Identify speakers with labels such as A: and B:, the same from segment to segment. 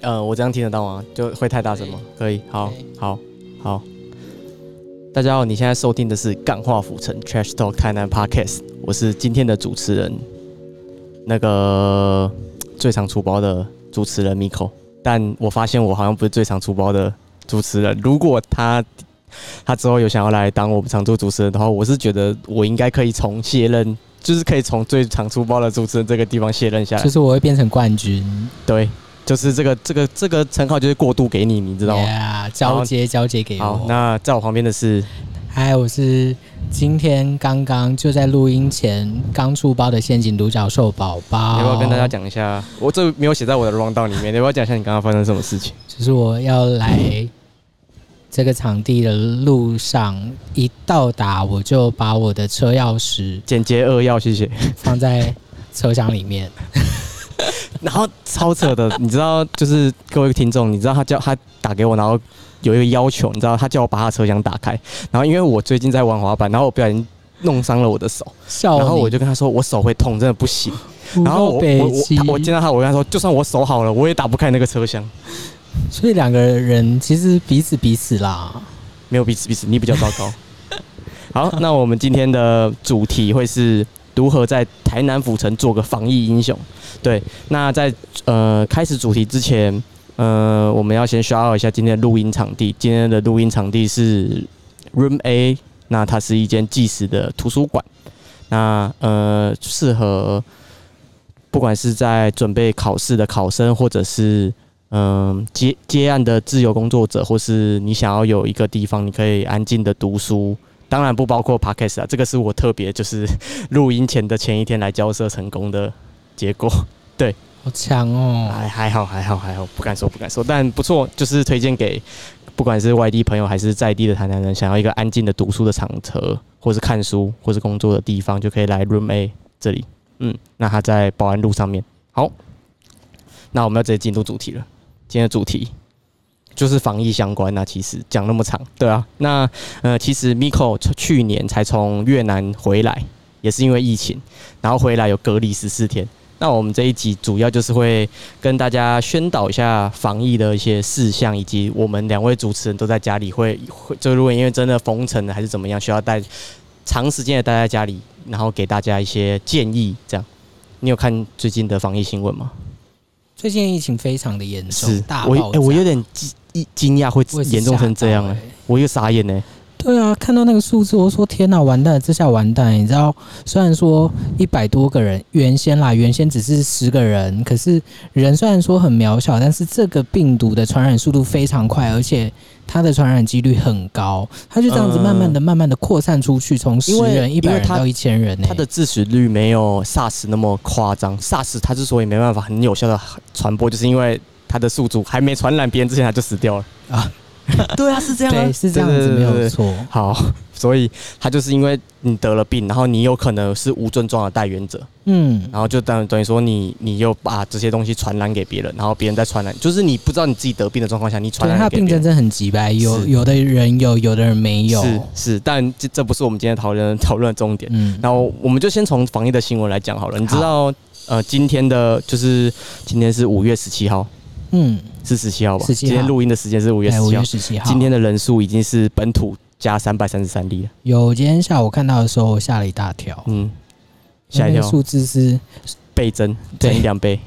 A: 呃，我这样听得到吗？就会太大声吗？可以，好
B: 可以，
A: 好，好。大家好，你现在收听的是《干话浮城 Trash Talk 台南 Podcast》，我是今天的主持人，那个最常出包的主持人 Miko。但我发现我好像不是最常出包的主持人。如果他他之后有想要来当我们常驻主持人的话，我是觉得我应该可以从卸任，就是可以从最常出包的主持人这个地方卸任下来
B: 就。是我会变成冠军，
A: 对，就是这个这个这个称号就是过渡给你，你知道吗？
B: 呀，交接交接给
A: 好
B: 我，。
A: 那在我旁边的是
B: 嗨，我是今天刚刚就在录音前刚出包的陷阱独角兽宝
A: 你
B: 宝。
A: 要不要跟大家？讲一下？我这没有写在我的 round down 里面，你要不要讲一下你刚刚发生什么事情？
B: 就是我要来这个场地的路上，一到达我就把我的车钥匙
A: 简洁扼要，谢谢。
B: 放在车厢 里面。
A: 然后超扯的，你知道，就是各位听众，你知道他叫他打给我，然后有一个要求，你知道他叫我把他的车厢打开，然后因为我最近在玩滑板，然后我不小心弄伤了我的手，
B: 笑你，
A: 然后我就跟他说我手会痛，真的不行。
B: 不
A: 然后
B: 够
A: 我
B: 北
A: 我我
B: 极
A: 他我见到他，我跟他说，就算我手好了，我也打不开那个车厢。
B: 所以两个人其实彼此彼此啦。
A: 没有彼此彼此，你比较糟糕。 好，那我们今天的主题会是如何在台南府城做个防疫英雄。对，那在呃开始主题之前，呃，我们要先 shout out 一下今天的录音场地。今天的录音场地是 Room A，那它是一间纪实的图书馆，那呃适合不管是在准备考试的考生，或者是嗯，接接案的自由工作者，或是你想要有一个地方，你可以安静的读书，当然不包括 podcast 啊，这个是我特别就是录音前的前一天来交涉成功的结果，
B: 好强哦！
A: 还还好还好还好，不敢说不敢说，但不错，就是推荐给不管是外地朋友还是在地的台南人，想要一个安静的读书的场合，或是看书或是工作的地方，就可以来 Room A 这里，嗯，那它在保安路上面。好，那我们要直接进入主题了。今天的主题就是防疫相关啊，其实讲那么长，对啊。那呃，其实 Miko 去年才从越南回来，也是因为疫情，然后回来有隔离十四天。那我们这一集主要就是会跟大家宣导一下防疫的一些事项，以及我们两位主持人都在家里会会，就如果因为真的封城了还是怎么样，需要待长时间的待在家里，然后给大家一些建议。这样，你有看最近的防疫新闻吗？
B: 最近疫情非常的严重，
A: 是
B: 大
A: 我
B: 爆
A: 哎、
B: 炸
A: 我有点惊一惊讶，会
B: 我也是
A: 严重成这样
B: 吓
A: 哎、
B: 到
A: 我又傻眼呢、哎
B: 对啊，看到那个数字，我说天哪，完蛋了，这下完蛋了！你知道，虽然说一百多个人，原先啦，原先只是十个人，可是人虽然说很渺小，但是这个病毒的传染速度非常快，而且它的传染几率很高，它就这样子
A: 嗯
B: 慢慢的、慢慢的扩散出去，从十
A: 因为
B: 人、一
A: 因
B: 百
A: 为
B: 人
A: 它
B: 到一千人、欸，
A: 它的致死率没有 SARS 那么夸张。SARS 它之所以没办法很有效的传播，就是因为它的宿主还没传染别人之前，它就死掉了
B: 啊。
A: 对啊，是这样、啊，
B: 对是这样
A: 对
B: 子
A: 对
B: 没
A: 对对对
B: 有错，
A: 好， 所以它就是因为你得了病，然后你有可能是无症状的带源者，
B: 嗯，
A: 然后就等等于说你你又把这些东西传染给别人，然后别人再传染，就是你不知道你自己得病的状况下，你传
B: 对，
A: 染
B: 它的
A: 给
B: 病
A: 别人
B: 症。真的很急白，有
A: 是
B: 有的人有，有的人没有，
A: 是是，但这这不是我们今天讨论讨论的重点。
B: 嗯，
A: 然后我们就先从防疫的新闻来讲好了。你知
B: 好
A: 道，呃，今天的就是今天是五月十七号，
B: 嗯，
A: 是十七号吧？
B: 17号
A: 今天录音的时间是五月十
B: 哎五
A: 七号
B: 月。十七号，
A: 今天的人数已经是本土加三百三十三例了。
B: 有，今天下午看到的时候，我吓了一大跳。
A: 嗯，吓一
B: 那个
A: 跳，
B: 哦数字是
A: 倍增，
B: 对嗯
A: 增一两倍。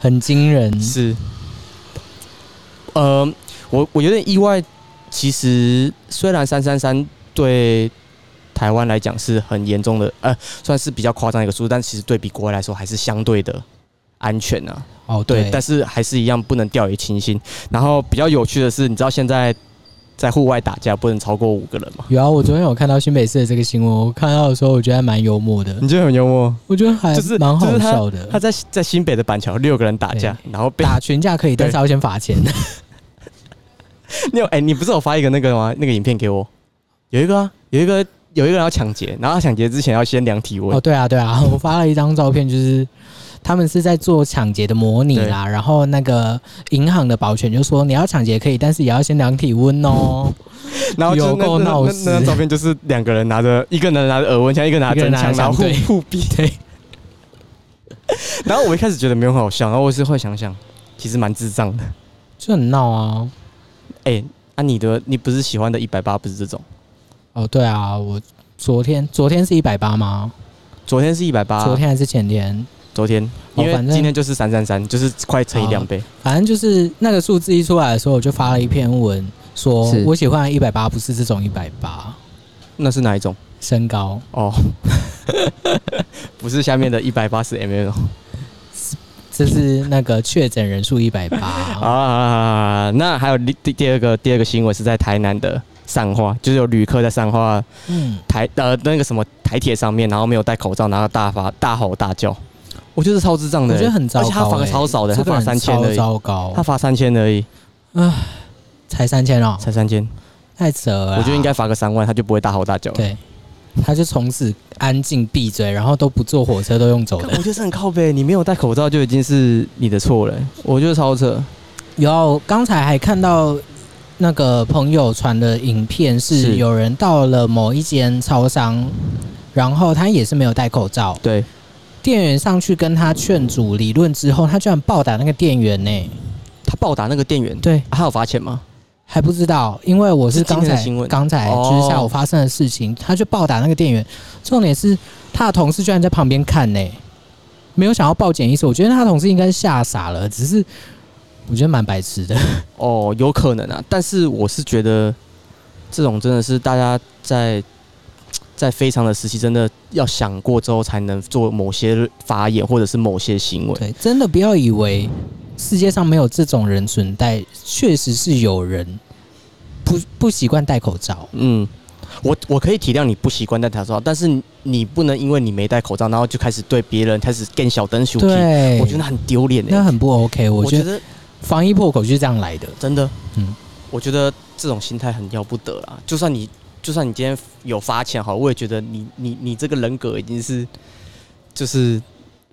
B: 很惊人。
A: 是，呃，我我有点意外。其实虽然三三三对台湾来讲是很严重的，呃，算是比较夸张的一个数字，但其实对比国外来说还是相对的安全啊。
B: 哦，
A: 对，
B: 对，
A: 但是还是一样不能掉以轻心。然后比较有趣的是，你知道现在在户外打架不能超过五个人吗？
B: 有啊，我昨天有看到新北市的这个新闻，我看到的时候，我觉得还蛮幽默的，
A: 你觉得很幽默？
B: 我觉得还
A: 嗯就是
B: 蛮
A: 就
B: 好
A: 是
B: 笑的。
A: 他在在新北的板桥六个人打架，然后被
B: 打群架可以，但是要先罚钱。
A: 你有哎、你不是有发一个那个吗？那个影片给我，有一个啊，有一个有一个人要抢劫，然后他抢劫之前要先量体温，
B: 哦，对啊，对啊，我发了一张照片，就是他们是在做抢劫的模拟啦。然后那个银行的保全就说，你要抢劫可以，但是也要先量体 温哦。
A: 然后就
B: 有
A: 那
B: 够
A: 那
B: 闹
A: 那
B: 事
A: 那张照片就是两个人拿着，一个人拿着耳温枪，一个人拿
B: 一
A: 着
B: 个人
A: 真枪，
B: 拿着
A: 然后
B: 枪
A: 互互逼。
B: 对，
A: 然后我一开始觉得没有很好笑，然后我是会想想，其实蛮智障的。
B: 就很闹啊。
A: 哎、啊，你的你不是喜欢的一百八不是这种，
B: 哦，对啊，我昨天昨天是一百八吗？
A: 昨天是一百八，
B: 昨天还是前天？
A: 昨天，
B: 哦
A: 因为
B: 反正
A: 今天就是三三三，就是快乘以
B: 哦
A: 两倍。
B: 反正就是那个数字一出来的时候，我就发了一篇文，说
C: 是
B: 我喜欢一百八，不是这种一百八
A: 那是哪一种？
B: 身高，
A: 哦， 不是下面的一百八十 mm
B: 这是那个确诊人数一百
A: 哦
B: 八。
A: 啊。那还有第第第二个第二个新闻是在台南的上化，就是有旅客在上化
B: 嗯，
A: 台呃那个什么台铁上面，然后没有戴口罩，然后大发大吼大叫，我觉得是超智障
B: 我
A: 的、
B: 觉得
A: 欸。
B: 很糟
A: 而
B: 糕、欸，
A: 且他罚个超少的
B: 这个
A: 他罚
B: 人
A: 3000而
B: 超
A: 已
B: 糟糕
A: 他，罚三千而已，
B: 才三千哦，
A: 才三千，
B: 太扯了。
A: 我觉得应该罚个三万，他就不会大吼大叫了。
B: 对，他就从此安静闭嘴，然后都不坐火车，都用走
A: 干
B: 的。
A: 我觉得是很靠背，你没有戴口罩就已经是你的错了、我觉得超扯。
B: 有啊，我刚才还看到那个朋友传的影片，是
A: 是
B: 有人到了某一间超商，然后他也是没有戴口罩，
A: 对，
B: 店员上去跟他劝阻理论之后，他居然暴打那个店员呢、
A: 他暴打那个店员，啊
B: 对，
A: 他有罚钱吗？
B: 还不知道，因为我是
A: 是今
B: 刚
A: 天的
B: 才
A: 新闻
B: 刚才
A: 哦
B: 就是下午发生的事情，他就暴打那个店员。重点是他的同事居然在旁边看呢、没有想要报警意识。我觉得他的同事应该是吓傻了，只是我觉得蛮白痴的。
A: 哦，有可能啊，但是我是觉得这种真的是大家在在非常的时期，真的要想过之后才能做某些发言或者是某些行为。
B: 对，真的不要以为世界上没有这种人存在，确实是有人不不习惯戴口罩。
A: 嗯，我我可以体谅你不习惯戴口罩，但是你你不能因为你没戴口罩，然后就开始对别人开始更小灯小气，
B: 对，
A: 我觉得那很丢脸
B: 那
A: 欸。
B: 很不 OK。我
A: 我
B: 觉
A: 觉
B: 得
A: 得
B: 防疫破口就是这样来的。
A: 真的，
B: 嗯
A: 嗯，我觉得这种心态很要不得啦。就算你就算你今天有发钱好，我也觉得你你你这个人格已经是就是，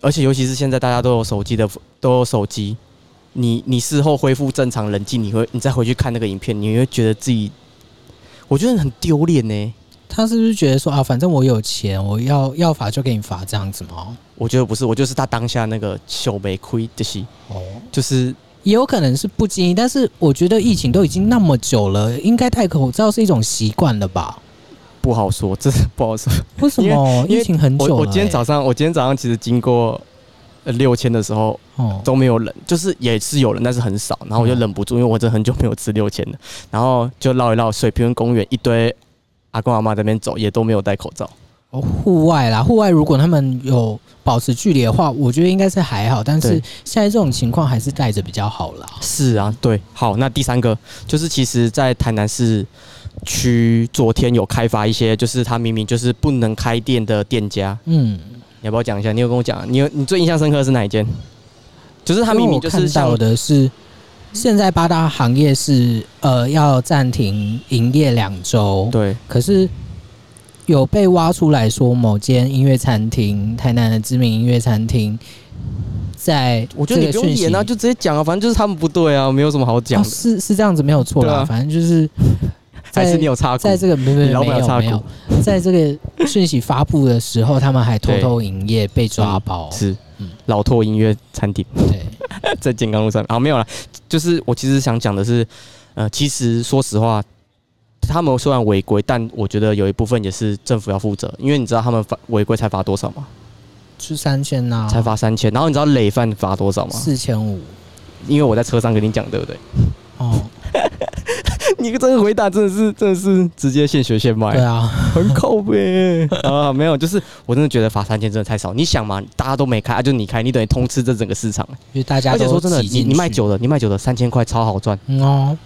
A: 而且尤其是现在大家都有手机的，都有手机，你你事后恢复正常冷静，你会你再回去看那个影片，你会觉得自己，我觉得很丢脸呢。
B: 他是不是觉得说啊，反正我有钱，我要要罚就给你罚这样子吗？
A: 我觉得不是，我就是他当下那个小没亏的戏，
B: 哦，
A: 就是
B: 也有可能是不经意，但是我觉得疫情都已经那么久了，应该戴口罩是一种习惯了吧？
A: 不好说，真的不好说。
B: 为什
A: 因
B: 么
A: 因为
B: 疫情很久
A: 我
B: 了、
A: 我今天
B: 欸
A: 早上，我今天早上其实经过呃六千的时候，
B: 哦，
A: 都没有人，就是也是有人，但是很少。然后我就忍不住，因为我真的很久没有吃六千了，然后就绕一绕水平园公园，一堆阿公阿妈在那边走，也都没有戴口罩。
B: 哦户外啦，户外如果他们有保持距离的话，我觉得应该是还好，但是
A: 对
B: 现在这种情况还是戴着比较好啦。
A: 是啊，对。好，那第三个就是，其实，在台南市区昨天有开发一些，就是他明明就是不能开店的店家，
B: 嗯，
A: 你要不要讲一下？你有跟我讲啊，你有你最印象深刻的是哪一间？就是他明明就
B: 因为
A: 是
B: 哦我
A: 像
B: 看到的是，现在八大行业是呃要暂停营业两周，
A: 对
B: 可是有被挖出来说，某间音乐餐厅，台南的知名音乐餐厅，在
A: 我觉得你不
B: 这
A: 用
B: 个讯息
A: 演啊，就直接讲啊，反正就是他们不对啊，没有什么好讲
B: 哦
A: 的。
B: 是是这样子没有错啦，
A: 对啊
B: 反正就是在
A: 还是你有插股
B: 在这个没没
A: 你老
B: 没
A: 板有
B: 有
A: 插
B: 没有
A: 股，
B: 在这个讯息发布的时候，他们还偷偷营业被抓包，
A: 是
B: 嗯
A: 老拓音乐餐厅。
B: 对，
A: 在健康路上啊，没有啦，就是我其实想讲的是，呃，其实说实话，他们虽然违规，但我觉得有一部分也是政府要负责，因为你知道他们罚违规才罚多少吗？
B: 是三千呐，
A: 才罚三千，然后你知道累犯罚多少吗？
B: 四千五
A: 因为我在车上跟你讲，对不对？
B: 哦，
A: 你这个回答真的是真的是直接现学现卖
B: 对，啊，
A: 很靠背啊！没有，就是我真的觉得罚三千真的太少。你想嘛，大家都没开，啊、就你开，你等于通吃这整个市场。
B: 因为大家
A: 而且
B: 都
A: 说真的，
B: 挤进
A: 你你卖
B: 去
A: 酒的，你卖酒的三千块超好赚，
B: 嗯哦，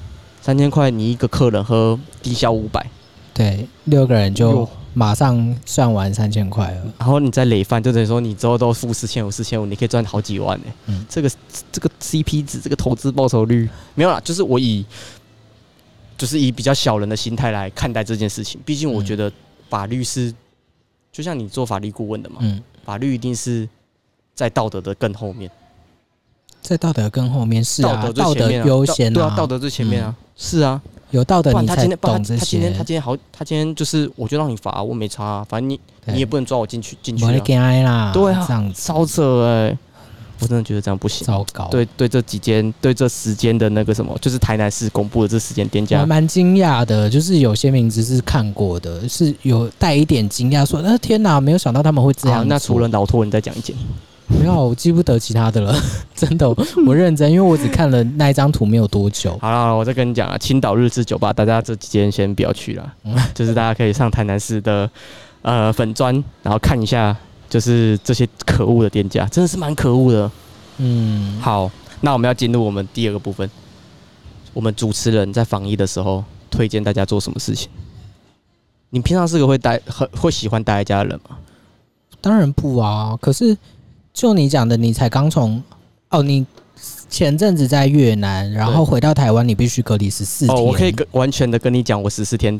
A: 三千块你一个客人喝低消五百。
B: 对，六个人就
A: 哟
B: 马上算完三千块了。
A: 然后你再累犯，就等于说你之后都付四千五、四千五，你可以赚好几万呢、欸
B: 嗯
A: 这个这个 CP 值，这个投资报酬率没有啦，就是我以就是以比较小人的心态来看待这件事情。毕竟我
B: 嗯
A: 觉得法律是，就像你做法律顾问的嘛，
B: 嗯，
A: 法律一定是在道德的更后面，
B: 在道德跟后面是啊，
A: 道德最前面、啊，
B: 优先嗯
A: 对啊，道德最前面啊，是啊，
B: 有道德
A: 不然
B: 你
A: 他
B: 才
A: 今天，不然他
B: 懂这
A: 他今天
B: 些
A: 他。今天好，他今天就是我就让你罚、我没差、啊，反正你你也不能抓我进去进去、
B: 没得
A: 啊，
B: 惊啦，
A: 对啊
B: 这样子
A: 超扯哎、我真的觉得这样不行。
B: 糟糕，，
A: 对对，这几间对这时间的那个什么，就是台南市公布的这时间店
B: 我还
A: 家，
B: 蛮惊讶的，就是有些名字是看过的，是有带一点惊讶，说，呃，天哪，没有想到他们会这样
A: 好
B: 做、
A: 那除了老托，你再讲一间。
B: 没有，我记不得其他的了，真的，我认真，因为我只看了那一张图没有多久。
A: 好了，我再跟你讲啊，青岛日式酒吧，大家这几间先不要去了
B: 嗯，
A: 就是大家可以上台南市的呃粉砖，然后看一下，就是这些可恶的店家，真的是蛮可恶的。
B: 嗯，
A: 好，那我们要进入我们第二个部分，我们主持人在防疫的时候推荐大家做什么事情？你平常是个会待很会喜欢待在家的人吗？
B: 当然不啊，可是就你讲的，你才刚从哦，你前阵子在越南，然后回到台湾，你必须隔离十四天。
A: 哦，我可以跟完全的跟你讲，我十四天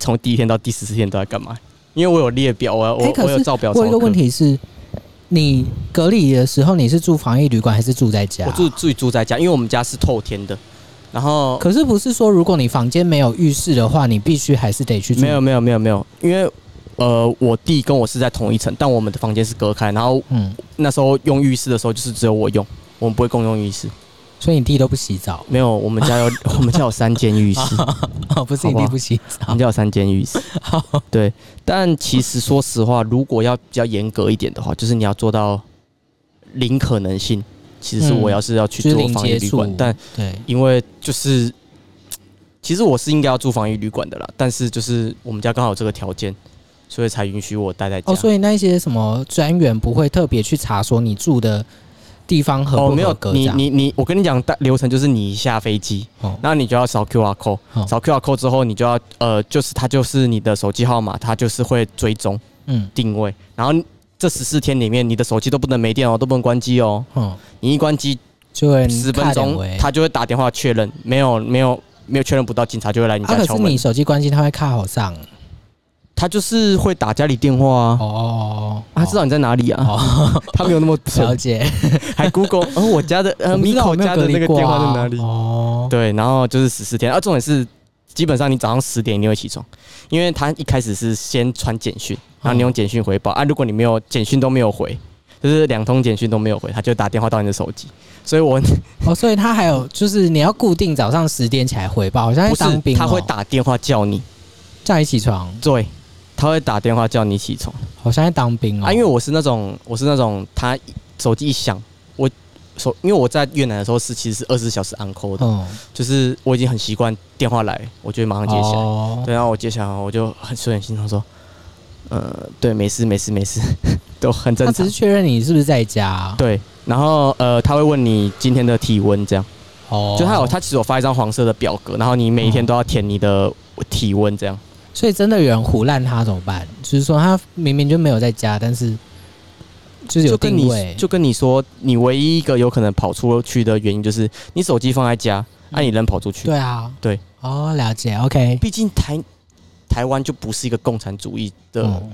A: 从第一天到第十四天都在干嘛？因为我有列表，我我、
B: 哎可
A: 我有
B: 是
A: 照表操
B: 我
A: 课。
B: 有一个问题是，你隔离的时候你是住防疫旅馆还是住在家？
A: 我住。自己住在家，因为我们家是透天的，然后
B: 可是不是说，如果你房间没有浴室的话，你必须还是得去住？
A: 没有，没有没有没有，因为呃我弟跟我是在同一层，但我们的房间是隔开，然后
B: 嗯，
A: 那时候用浴室的时候就是只有我用，我们不会共用浴室，
B: 所以你弟都不洗澡，
A: 没有我们家有我们家有三间浴室，
B: 哦，不是你
A: 好
B: 弟
A: 吧
B: 不洗
A: 我
B: 澡
A: 们，家有三间浴室，对，但其实说实话，如果要比较严格一点的话，就是你要做到零可能性。其实是
B: 嗯
A: 我要是要去
B: 就是
A: 做
B: 零
A: 防疫
B: 接
A: 旅馆，
B: 触
A: 但
B: 对，
A: 因为就是，其实我是应该要住防疫旅馆的啦，但是就是我们家刚好有这个条件，所以才允许我待在家。
B: 哦，所以那些什么专员不会特别去查说你住的地方合
A: 哦
B: 不
A: 没
B: 合
A: 有
B: 格这
A: 你
B: 样？
A: 你你，我跟你讲，大流程就是你一下飞机，
B: 哦
A: 然后你就要扫 QR code，、
B: 好
A: 扫 QR code 之后，你就要呃，就是它就是你的手机号码，它就是会追踪
B: 嗯
A: 定位，然后这十四天里面，你的手机都不能没电哦，都不能关机哦，
B: 哦，
A: 你一关机
B: 就会
A: 十分
B: 看两
A: 钟
B: 回，
A: 它就会打电话确认，没有没有没有确认不到，警察就会来你
B: 啊，
A: 家
B: 可
A: 敲
B: 是
A: 门
B: 你。手机关机，他会看好上
A: 他就是会打家里电话啊，
B: 哦，
A: 他知道你在哪里啊，
B: 哦，
A: 他没有那 么
B: 了解，
A: 还 Google，呃，我家的呃
B: 我不
A: 米
B: 知道
A: 口
B: 有没有
A: 家
B: 隔
A: 的
B: 离
A: 那个
B: 过
A: 电话
B: 啊
A: 在哪里？
B: 哦，
A: 对，然后就是十四天，啊，重点是基本上你早上十点一定会起床，因为他一开始是先传简讯，
B: 哦
A: 然后你用简讯回报啊，如果你没有简讯都没有回。就是两通简讯都没有回，他就打电话到你的手机，所以我
B: 哦，所以他还有就是你要固定早上十点起来汇报，好像在
A: 不
B: 当
A: 是
B: 兵、哦，
A: 他会打电话叫你，
B: 叫你起床，
A: 对，他会打电话叫你起床。
B: 好像在当兵哦，
A: 啊，因为我是那种我是那种他一手机一响，我手因为我在越南的时候是其实是二十小时 on call 的，
B: 嗯，
A: 就是我已经很习惯电话来，我就会马上接起来。
B: 哦
A: 对，然后我接起来，我就很睡眼惺忪说，呃，对，没事没事没事， 都很正
B: 他只
A: 常
B: 是。确认你是不是在家，，
A: 对，然后呃，他会问你今天的体温，这样，
B: 哦，
A: 就他有他其实有发一张黄色的表格，然后你每一天都要填你的体温，这样。
B: 所以真的有人胡烂他怎么办？就是说他明明就没有在家，但是就是有
A: 就跟
B: 定
A: 你
B: 位，
A: 就跟你说，你唯一一个有可能跑出去的原因就是你手机放在家，那、你人跑出去。
B: 嗯对啊，
A: 对，
B: 哦，了解，OK，
A: 毕竟台台湾就不是一个共产主义的、
B: 嗯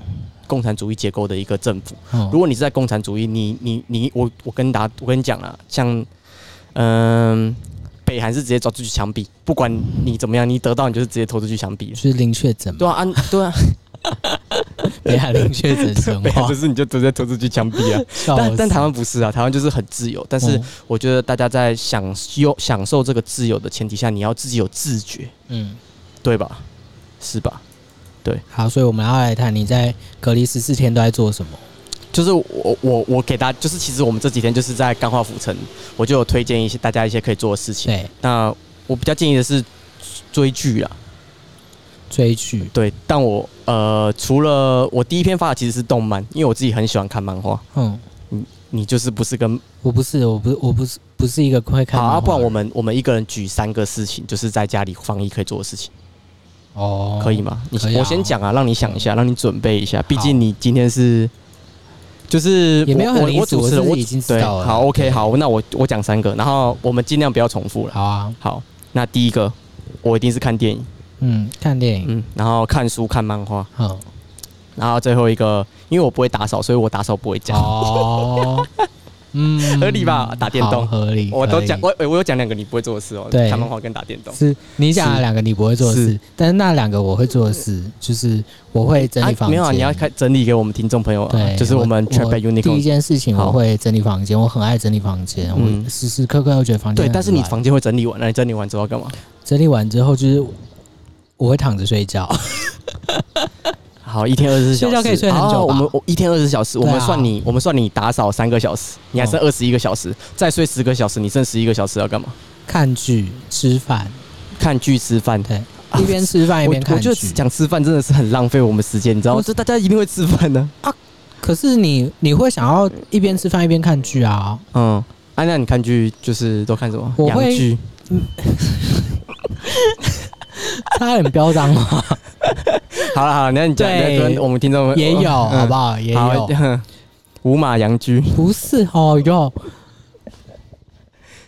A: 共产主义结构的一个政府。呃如
B: 嗯，
A: 果你是在共产主义，你你你我我跟大家我跟你讲啊，像嗯、北韩是直接抓出去枪毙，不管你怎么样，你得到你就是直接投出去枪毙
B: 就
A: 了。
B: 是零确诊嘛，
A: 对啊，啊对啊，
B: 北海零确诊 神
A: 北韩
B: 话
A: 就，是你就直接投出去枪毙啊。哦
B: 笑
A: 但
B: 死
A: 但台湾不是啊，台湾就是很自由，但是
B: 嗯
A: 我觉得大家在享受享受这个自由的前提下，你要自己有自觉，
B: 嗯，
A: 对吧？是吧？
B: 好，所以我们要来谈你在隔离十四天都在做什么？
A: 就是我我我给大家，就是其实我们这几天就是在钢化浮城，我就有推荐一些大家一些可以做的事情。
B: 对，
A: 那我比较建议的是追剧啦，
B: 追剧，
A: 对。但我呃，除了我第一篇发的其实是动漫，因为我自己很喜欢看漫画。
B: 嗯，
A: 你就是不是跟
B: 我不是，我不，我不是，不是一个会看
A: 好
B: 漫
A: 啊？
B: 画
A: 不然
B: 的人，
A: 我们我们一个人举三个事情，就是在家里防疫可以做的事情。
B: 哦，
A: 可以吗？你
B: 可以啊
A: 我先讲啊，让你想一下，让你准备一下。毕
B: 好
A: 竟你今天是，就是
B: 也没有
A: 我
B: 很
A: 我
B: 离
A: 我
B: 谱
A: 主持人，
B: 我自己
A: 我
B: 已经知
A: 对
B: 道了
A: 好，OK，
B: 对
A: 好，那我我讲三个，然后我们尽量不要重复了。
B: 好啊，
A: 好，那第一个，我一定是看电影，
B: 嗯，看电影，
A: 嗯，然后看书、看漫画，
B: 嗯，
A: 然后最后一个，因为我不会打扫，所以我打扫不会讲。
B: 哦， 嗯
A: 合理吧打电动
B: 好合理，
A: 我都
B: 可以
A: 讲，我我有讲两个你不会做的事哦，
B: 对
A: 看漫画跟打电动。
B: 是你讲的
A: 是
B: 两个你不会做的事，但是那两个我会做的事，就是我会整理
A: 啊
B: 房间。
A: 没有啊，你要开整理给我们听众朋友啊
B: 对，，
A: 就是我们 Trap
B: 第一
A: Unicorn。
B: 件事情
A: 好
B: 我会整理房间，我很爱整理房间，
A: 嗯
B: 我时时刻刻都觉得房间
A: 对，
B: 很
A: 但是你
B: 乱
A: 房间会整理完，那你整理完之后要干嘛？
B: 整理完之后就是。我会躺着睡 觉，
A: 好，一天二十四小时，
B: 睡觉可以睡很久吧
A: 哦我们我一天二十小时，我
B: 对啊
A: 们算你，我们算你打扫三个小时，你还剩二十一个小时，
B: 哦
A: 再睡十个小时，你剩十一个小时要干嘛？
B: 看剧、吃饭，
A: 看剧、吃饭。
B: 对，
A: 啊
B: 一边吃饭一
A: 我
B: 边看
A: 我觉
B: 剧
A: 得。讲吃饭真的是很浪费我们时间，你知道吗？
B: 我
A: 这大家一定会吃饭的。
B: 可是你你会想要一边吃饭一边看剧啊？
A: 嗯，啊，那你看剧就是都看什么？
B: 我
A: 洋
B: 会
A: 剧。
B: 他 很嚣张啊吗？
A: 好了好了，那你讲，
B: 对
A: 那跟我们听众
B: 也有，
A: 嗯
B: 好不好？也有
A: 好，， 哼五马洋居，
B: 不是哦哟。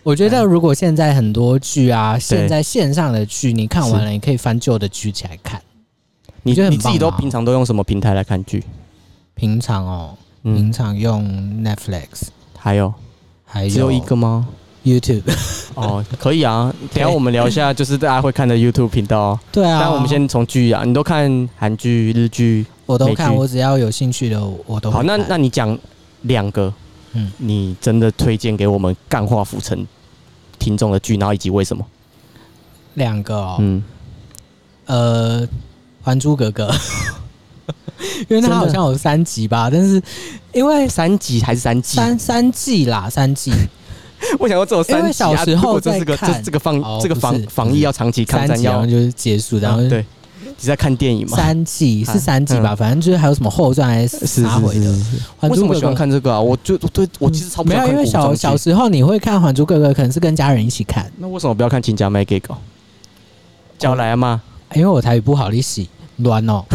B: 我觉得如果现在很多剧啊，现在线上的剧你看完了，你可以翻旧的剧起来看。
A: 你
B: 你觉得很
A: 你自己
B: 棒啊
A: 都
B: 吗
A: 平常都用什么平台来看剧？
B: 平常哦，平
A: 嗯，
B: 常用 Netflix，
A: 还有
B: 还有
A: 只有一个吗？
B: YouTube。
A: 哦，可以啊，等一下我们聊一下，就是大家会看的 YouTube 频道哦。
B: 对啊，
A: 但我们先从剧啊，你都看韩剧、日剧。
B: 我都
A: 美
B: 看，
A: 剧
B: 我只要有兴趣的我我都会
A: 好，那
B: 看
A: 那你讲两个，嗯
B: 嗯，
A: 你真的推荐给我们干化浮城听众的剧，然后以及为什么？
B: 两个哦，
A: 嗯，
B: 呃，《还珠格 格》，因为它
A: 真的
B: 好像有三集吧，但是因为
A: 三集还是三季？
B: 三三季啦，三 季
A: 我想要只有
B: 因
A: 三
B: 为
A: 集啊。
B: 小时候
A: 如果这是个
B: 在看
A: 这这个防
B: 哦
A: 这个防
B: 不是
A: 防疫要长期抗
B: 三
A: 战
B: 集，然
A: 要
B: 后就是结束，然后
A: 啊对，你在看电影吗？
B: 三季
A: 啊
B: 是三季吧，反正就是还有什么后传还是
A: 是
B: 啥回的，《
A: 是
B: 还
A: 为什
B: 珠
A: 么
B: 格
A: 喜
B: 格
A: 欢》。看这个啊？我就我对我其实超不
B: 没
A: 喜
B: 有，
A: 欢
B: 因
A: 看古
B: 为
A: 装
B: 小小
A: 剧。
B: 时候你会看《还珠格格》，可能是跟家人一起看，
A: 那为什么不要看《秦家卖给狗》？叫来啊嘛，
B: 因为我台语不好，你洗乱 哦。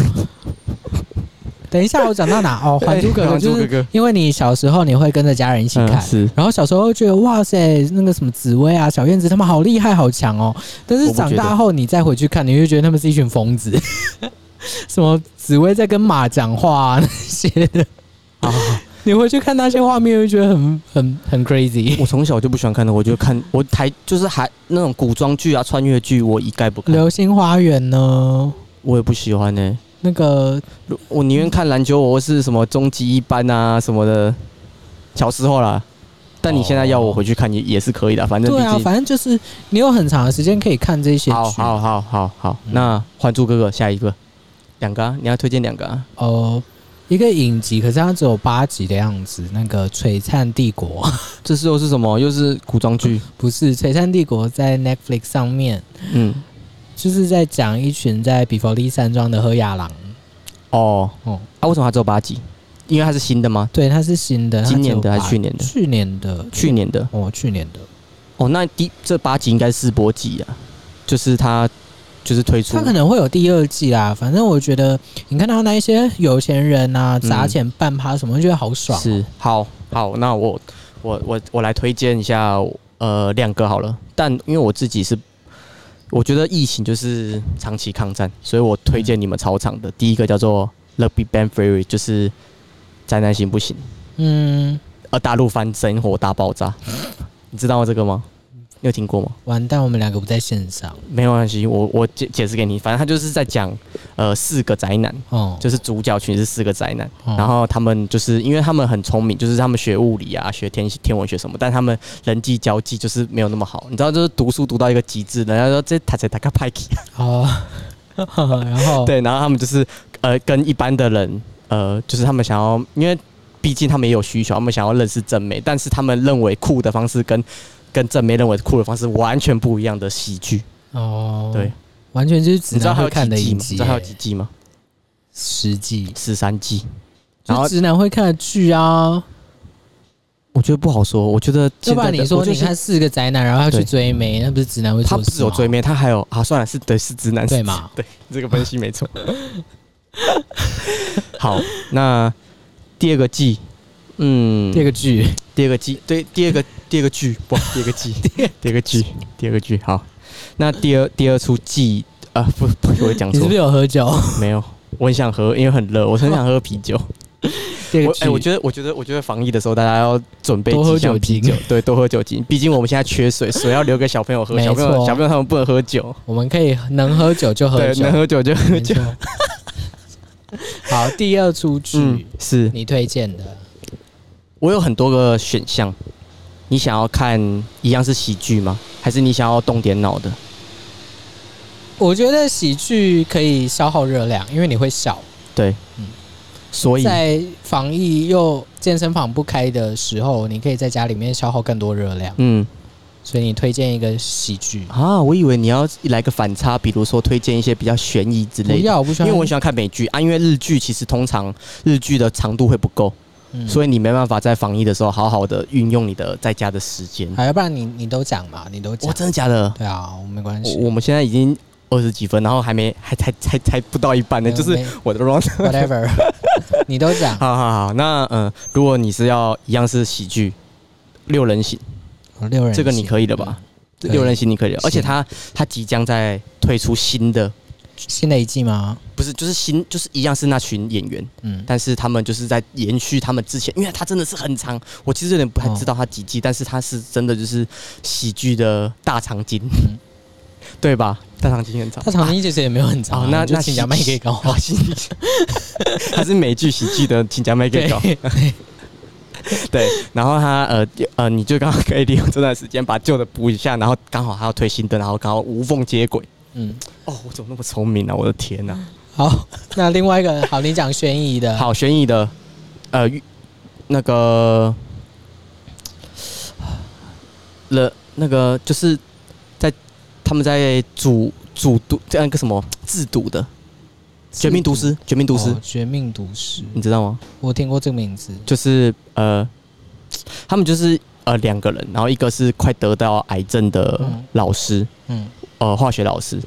B: 等一下，我讲到哪？哦，《还珠 格格
A: 哎还》
B: 就
A: 珠格
B: 是
A: 格
B: 因为你小时候你会跟着家人一起看
A: 嗯，是
B: 然后小时候觉得哇塞，那个什么紫薇啊、小燕子他们好厉害、好强哦。但
A: 我
B: 是
A: 不觉
B: 长
A: 得
B: 大后你再回去看，你就觉得他们是一群疯子。 什么紫薇在跟马讲话、啊、那些的，
A: 啊。
B: 你回去看那些画面，就觉得很很很 crazy。
A: 我从小就不喜欢看的，我就看我台就是还那种古装剧啊、穿越剧，我一概不看，
B: 流星花园呢？
A: 我也不喜欢呢、
B: 那个
A: 我宁愿看篮球，我是什么终极一班啊什么的，小时候啦。但你现在要我回去看也也是可以的，反正毕
B: 对
A: 竟
B: 啊，反正就是你有很长的时间可以看这些剧。
A: 好好好好好，
B: 嗯
A: 那《还珠格格》下一个两个、啊，你要推荐两个啊？
B: 呃，一个影集，可是它只有八集的样子。那个《璀璨帝国》
A: 这是又是什么？又是古装剧？
B: 不是《璀璨帝国》在 Netflix 上面，
A: 嗯，
B: 就是在讲一群在比佛利山庄的喝亚郎。
A: 哦，
B: 哦，
A: 啊，为什么它只有八集？因为它是新的吗？
B: 对，它是新的，它
A: 今年的
B: 只有
A: 还是
B: 八
A: 去年的
B: 去年的，
A: 去年的
B: 哦，去年的。
A: 哦，那第这八集应该是试播集啊，就是它就是推出
B: 它可能会有第二季啦，反正我觉得你看到那一些有钱人啊，砸
A: 嗯
B: 钱办趴什么，觉得好爽。
A: 是好好，那我我我我来推荐一下呃亮哥好了，但因为我自己是我觉得疫情就是长期抗战，所以我推荐你们超场的、第一个叫做《The Big Bang Theory》，就是宅男行不行？
B: 嗯，
A: 呃，大陆翻生活大爆炸， 你知道吗？这个吗？你有听过吗？
B: 完蛋，我们两个不在线上。
A: 没有关系，我我解解释给你，反正他就是在讲呃四个宅男，
B: 哦，
A: 就是主角群是四个宅男，
B: 哦
A: 然后他们就是因为他们很聪明，就是他们学物理啊、学天天文学什么，但他们人际交际就是没有那么好。你知道，就是读书读到一个极致，人家说这他才他个派克。
B: 哦， 然 后
A: 对，然后他们就是呃跟一般的人呃，就是他们想要，因为毕竟他们也有需求，他们想要认识正美，但是他们认为酷的方式跟跟正美认为酷的方式完全不一样的喜剧。
B: 哦，
A: 对，
B: 完全就是直
A: 你知道
B: 男
A: 还有
B: 会
A: 几
B: 看的
A: 季吗？
B: 影
A: 你
B: 集
A: 知道还有
B: 耶，
A: 几季吗？
B: 十季，
A: 十三季。然
B: 就
A: 后
B: 直男会看的剧啊。
A: 我觉得不好说，我觉得
B: 要
A: 现
B: 不
A: 在的
B: 然你
A: 我
B: 说
A: 觉得
B: 你看四个宅男，然后要
A: 对
B: 去追妹，那不是直男会
A: 他
B: 做
A: 不
B: 的事
A: 只有
B: 吗
A: 追妹，他还有啊，算了，是对，是直男，
B: 对
A: 是
B: 嘛？
A: 这个分析没错。 好，那第二个季，嗯，
B: 这个剧
A: 第二个季，对，第二个第二个剧，不，第二个 季，第二个剧，第二个剧，好，那第二第二出季，啊，不，不，我讲
B: 你是
A: 错
B: 不是，有喝酒？
A: 没有，我很想喝，因为很热，我很想喝啤酒，
B: 这个
A: 我
B: 剧
A: 哎、我觉得，我觉得，我觉得防疫的时候，大家要准备
B: 多喝
A: 几箱
B: 酒
A: 啤
B: 精
A: 酒，对，多喝酒精。毕竟我们现在缺水，水要留给小朋友喝，
B: 没
A: 小朋友
B: 错
A: 小朋友他们不能喝酒，
B: 我们可以能喝酒就喝
A: 对，
B: 酒
A: 能，喝酒就喝
B: 没
A: 酒
B: 错。。好，第二出剧、
A: 嗯，是
B: 你推荐的，
A: 我有很多个选项，你想要看一样是喜剧吗？还是你想要动点脑的？
B: 我觉得喜剧可以消耗热量，因为你会笑。
A: 所以
B: 在防疫又健身房不开的时候，你可以在家里面消耗更多热量，
A: 嗯
B: 所以你推荐一个喜剧。
A: 啊，我以为你要来个反差，比如说推荐一些比较悬疑之
B: 不
A: 类的。
B: 要，我不喜
A: 因
B: 欢，
A: 为我很喜欢看美剧啊，因为日剧其实通常日剧的长度会不够，
B: 嗯
A: 所以你没办法在防疫的时候好好的运用你的在家的时间。
B: 好，要不然你你都讲嘛，你都
A: 哇，
B: 讲。
A: 真的假的？
B: 对啊，我没关
A: 我
B: 系。
A: 我们现在已经二十几分，然后还没还才才才不到一半呢，
B: 没有
A: 就是
B: 没
A: 我的 round。
B: whatever，你都讲。
A: 好好好，那嗯、呃如果你是要一样是喜剧，六人行
B: 我六人
A: 这个你
B: 行
A: 可以了吧？
B: 对
A: 六人行你可以了，而且
B: 行
A: 它它即将在推出新的，
B: 新的一季吗？
A: 不是就是新就是一样是那群演员，
B: 嗯，
A: 但是他们就是在延续他们之前，因为它真的是很长，我其实有点不太
B: 哦
A: 知道它几季，但是它是真的就是喜剧的大长今，
B: 嗯
A: 对吧？大长今很长，
B: 他长期其实也没有很长啊、
A: 哦那
B: 就
A: 那
B: 请假麦可以搞
A: 好喜剧， 它是美剧喜剧的请假麦给搞。
B: 对，
A: 对，然后他呃呃，你就刚好可以利用这段时间把旧的补一下，然后刚好他要推新的，然后刚好无缝接轨。
B: 嗯，
A: 哦，我怎么那么聪明啊！我的天呐、
B: 好，那另外一个好，你讲悬疑的，，
A: 好，悬疑的，呃，那个了，那个就是在他们在主主毒这样一个什么制毒的《绝命毒师》，《绝命毒师》
B: 哦绝命毒师，
A: 你知道吗？
B: 我听过这个名字，
A: 就是呃，他们就是呃两个人，然后一个是快得到癌症的
B: 嗯
A: 老师，
B: 嗯，
A: 呃化学老师，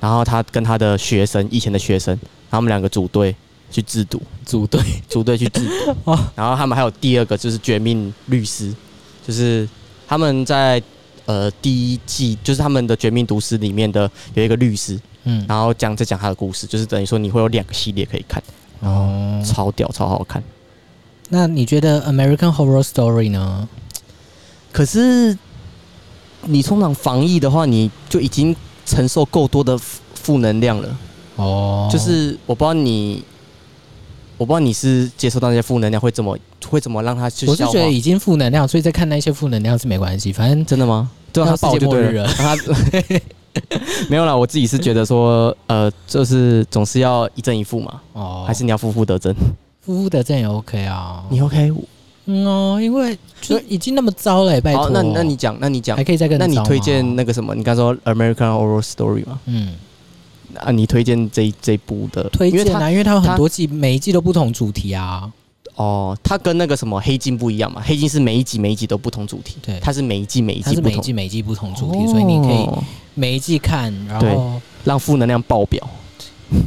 A: 然后他跟他的学生，以前的学生，然后他们两个组队去制毒，
B: 组队，。
A: 组队去制毒
B: 哦
A: 然后他们还有第二个就是绝命律师，就是他们在呃第一季，就是他们的绝命毒师里面的有一个律师，
B: 嗯，
A: 然后讲在讲他的故事，就是等于说你会有两个系列可以看，
B: 哦，
A: 超屌，超好看。
B: 那你觉得《American Horror Story》呢？
A: 可是你通常防疫的话，你就已经承受够多的负负能量了。
B: 哦，
A: 就是我不知道你，我不知道你是接受到那些负能量会怎么会怎么让他去
B: 我是
A: 消化
B: 觉得已经负能量，所以在看那些负能量是没关系，反正
A: 真的吗？对啊，
B: 要
A: 他爆
B: 世
A: 就
B: 界末
A: 对
B: 日
A: 了，
B: 了
A: 让 他 没有啦，我自己是觉得说，呃，就是总是要一正一负嘛，
B: 哦，
A: 还是你要负负得正？
B: 夫妇得正也 OK 啊。
A: 你 OK？
B: 嗯哦，因为就已经那么糟了，欸拜
A: 好那
B: 托，，
A: 那你讲，那你讲
B: 还，可以再更
A: 那你
B: 糟吗
A: 推荐那个什么？你刚说《American Horror Story》嘛？
B: 嗯，
A: 啊，你推荐这一这一部的？
B: 推
A: 因为
B: 荐
A: 它
B: 啊，因为它有很
A: 它
B: 多季，每一季都不同主题啊。
A: 哦，它跟那个什么黑镜不一样嘛？黑镜是每一集每一集都不同主题，
B: 对
A: 它是每一季每一
B: 它
A: 季
B: 是
A: 不
B: 每一
A: 同
B: 季每一季不同主题，所以你可以
A: 哦
B: 每一季看，然
A: 对
B: 后
A: 让负能量爆表。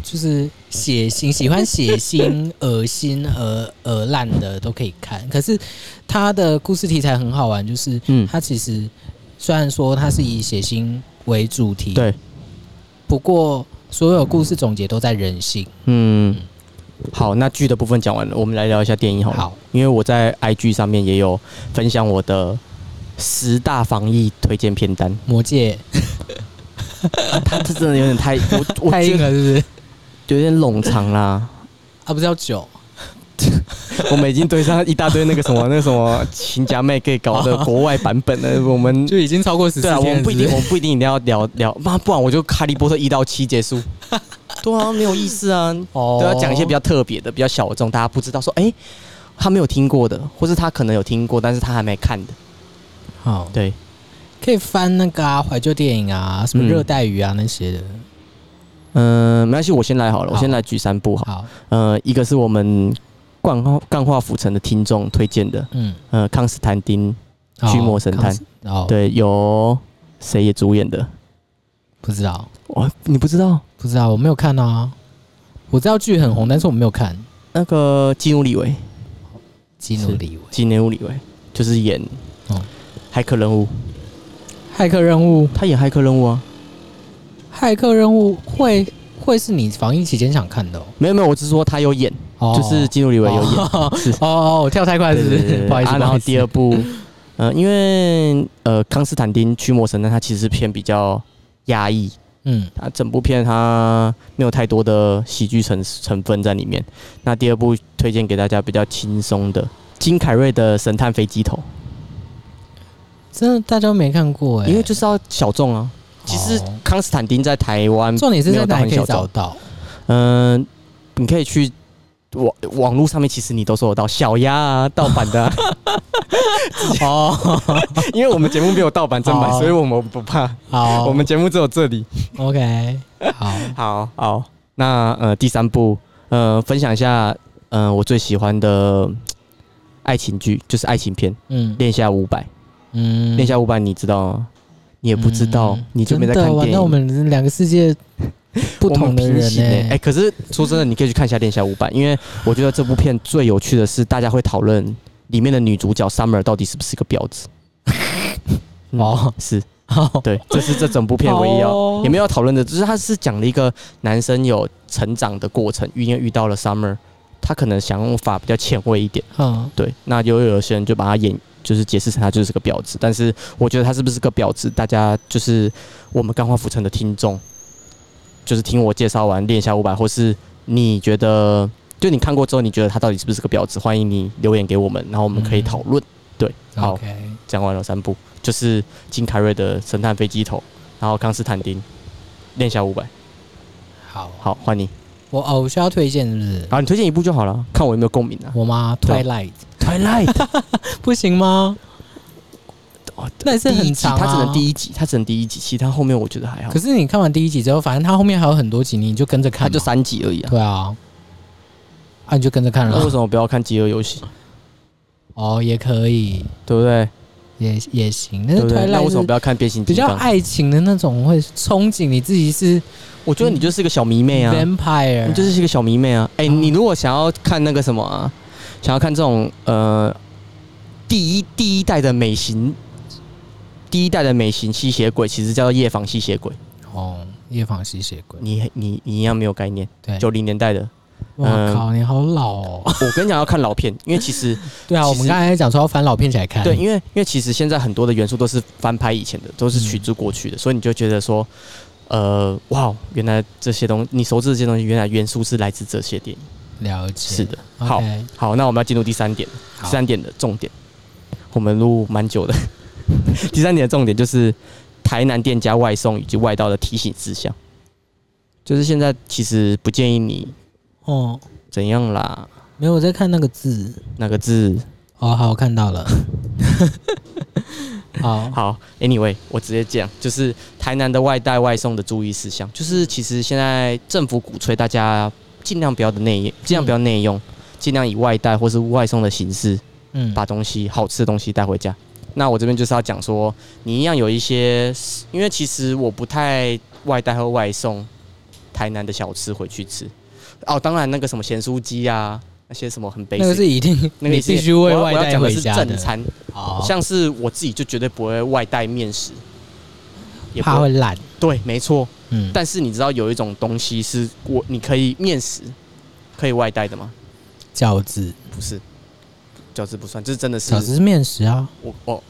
B: 就是血腥，喜欢血腥、恶心、呃呃烂的都可以看。可是它的故事题材很好玩，就是
A: 嗯，
B: 它其实虽然说它是以血腥为主题，
A: 对，
B: 不过所有故事总结都在人性。
A: 嗯，好，那剧的部分讲完了，我们来聊一下电影好了。
B: 好，
A: 因为我在 IG 上面也有分享我的十大防疫推荐片单，
B: 魔戒
A: 它这真的有点 太，我我
B: 太
A: 觉
B: 硬
A: 得
B: 了，是不是？
A: 有点冗长啦。
B: 啊，不是要酒，
A: 我们已经堆上一大堆那个什么那个什么秦家妹给搞的国外版本了，我们
B: 就已经超过十四
A: 对啊，
B: 天
A: 我
B: 了
A: 们不一定，
B: 是
A: 我
B: 是
A: 们不一定一定要聊聊，不不然我就哈利波特一到七结束。 对啊，没有意思啊。
B: 哦
A: 都要讲一些比较特别的、比较小众，大家不知道说，哎、他没有听过的，或是他可能有听过，但是他还没看的。
B: 好，
A: 对，
B: 可以翻那个啊怀旧电影啊，什么
A: 嗯
B: 热带鱼啊那些的。
A: 嗯、没关系，我先来好了，
B: 好
A: 我先来举三部好。
B: 好，
A: 呃，一个是我们冠化干化府城的听众推荐的，
B: 嗯，
A: 呃，康斯坦丁，
B: 哦
A: 驱魔神探
B: 康斯哦，
A: 对，由谁也主演的？
B: 不知道，
A: 哇，你不知道
B: 不知道，我没有看啊。我知道剧很红，但是我没有看。
A: 那个基努里维，
B: 基努里维，
A: 基努里维就是演
B: 哦
A: 骇客任务，
B: 骇客任务，
A: 他演骇客任务啊。
B: 骇客任务会会是你防疫期间想看的、哦？
A: 没有没有，我只是说他有演，
B: 哦
A: 就是基努里维有演，
B: 哦
A: 是
B: 哦哦，我跳太快了
A: 对
B: 是
A: 对
B: 不
A: 对对
B: 是？
A: 对
B: 不好意思，
A: 啊
B: 不
A: 然
B: 好
A: 后
B: 意思
A: 第二部，呃，因为呃康斯坦丁驱魔神，但他其实片比较压抑，
B: 嗯
A: 它整部片它没有太多的喜剧成成分在里面。那第二部推荐给大家比较轻松的金凯瑞的《神探飞机头
B: 真的大家都没看过》，哎，
A: 因为就是要小众啊。其实
B: 哦
A: 康斯坦丁在台湾，
B: 重点是
A: 没
B: 在
A: 有到
B: 哪
A: 很
B: 里可以
A: 小
B: 找
A: 众
B: 到？
A: 嗯、你可以去网网络上面，其实你都搜得到小鸭啊、盗版的啊、
B: 哦，
A: 因为我们节目没有盗版正版，
B: 哦
A: 所以我们不怕。
B: 好，
A: 我们节目只有这里。
B: OK，好，
A: 好好，那呃第三部，呃分享一下，呃我最喜欢的嘖爱情剧，就是爱情片《
B: 嗯
A: 恋下五百》。
B: 嗯
A: 《恋下五百》你知道吗？你也不知道，
B: 嗯
A: 你就没在看
B: 真的
A: 电影。
B: 那我们两个 世界不
A: 我
B: 同
A: 们
B: 的
A: 平
B: 人
A: 行
B: 呢、
A: 欸哎、可是说真的，你可以去看一下《恋下五百》，因为我觉得这部片最有趣的是，大家会讨论里面的女主角 Summer 到底是不是个婊 子。嗯
B: 哦，
A: 是
B: 好，
A: 对，这是这整部片唯一要、
B: 哦
A: 也没有讨论的，只是他是讲了一个男生有成长的过程，因为遇到了 Summer，他可能想法比较前卫一点，
B: 嗯，
A: 对，那有有些人就把他演就是解释成他就是个婊子，但是我觉得他是不是个婊子，大家就是我们钢化浮城的听众，就是听我介绍完练下五百，或是你觉得就你看过之后，你觉得他到底是不是个婊子，欢迎你留言给我们，然后我们可以讨论。好
B: o k
A: 讲完了三部，就是金凯瑞的《神探飞机头》，然后康斯坦丁，《练下五百》。
B: 好，
A: 好，换你。
B: 我哦，我需要推荐是不是？
A: 好，你推荐一部就好了，看我有没有共鸣啊。
B: 我吗
A: 对
B: ？Twilight
A: Twilight，
B: 不行吗？
A: 哦
B: 那也是
A: 第一
B: 很
A: 集，
B: 长、啊，
A: 它只能第一集，它只能第一集，其他后面我觉得还好
B: 可。是你看完第一集之后，反正它后面还有很多集，你就跟着看
A: 它
B: 嘛，
A: 就三集而已啊。
B: 对啊，啊，你就跟着看
A: 那为
B: 了，
A: 什么不要看《饥饿游戏》？
B: 哦，也可以，
A: 对不对？
B: 也也行，但
A: 对
B: 是
A: 不对？那
B: Twilight
A: 为什么
B: 是
A: 不要看《变形
B: 比
A: 金
B: 较
A: 刚》？
B: 爱情的那种，会憧憬你自己是
A: 我觉得你就是个小迷妹啊，
B: vampire，
A: 你就是一个小迷妹啊。哎，
B: 嗯
A: 你如果想要看那个什么啊，想要看这种呃第一第一代的美型，第一代的美型吸血鬼，其实叫做夜访吸血鬼。
B: 哦，夜访吸血鬼，
A: 你你你一样没有概念，
B: 对，
A: 九零年代的。
B: 哇
A: 嗯
B: 靠，你好老哦。
A: 我跟你讲要看老片，因为其实
B: 对啊，
A: 其
B: 我们
A: 实
B: 刚才讲说要翻老片起来看，
A: 对，因为因为其实现在很多的元素都是翻拍以前的，都是取自过去的，所以你就觉得说，呃，哇，原来这些东你熟知的这些东西，原来元素是来自这些电影。
B: 了解
A: 是的，好
B: OK，
A: 好，那我们要进入第三点，第
B: 好
A: 三点的重点，我们录蛮久的。 第三点的重点就是台南店家外送以及外道的提醒事项，就是现在其实不建议你
B: 哦，
A: 怎样啦，
B: 没有我在看那个字，
A: 那个字
B: 哦，好，我看到 了。好，
A: 好，Anyway，我直接讲，就是台南的外带外送的注意事项，就是其实现在政府鼓吹大家尽量不要的内，尽量不要内用，尽量以外带或是外送的形式
B: 嗯，
A: 把东西好吃的东西带回家。那我这边就是要讲说，你一样有一些，因为其实我不太外带和外送台南的小吃回去吃。哦，当然那个什么咸酥鸡啊，那些什么很 basic，
B: 那个是一定，
A: 那个
B: 你
A: 也是
B: 必须为
A: 我要
B: 外
A: 我要
B: 带
A: 讲的
B: 回
A: 是
B: 家
A: 正
B: 的。
A: 餐，
B: 好，
A: 像是我自己就绝对不会外带面食，也不
B: 怕会烂，
A: 对，没错。
B: 嗯，
A: 但是你知道有一种东西是我你可以面食可以外带的吗？
B: 饺子，
A: 不是，饺子不算，这是真的是
B: 饺子是面食啊，
A: 我哦。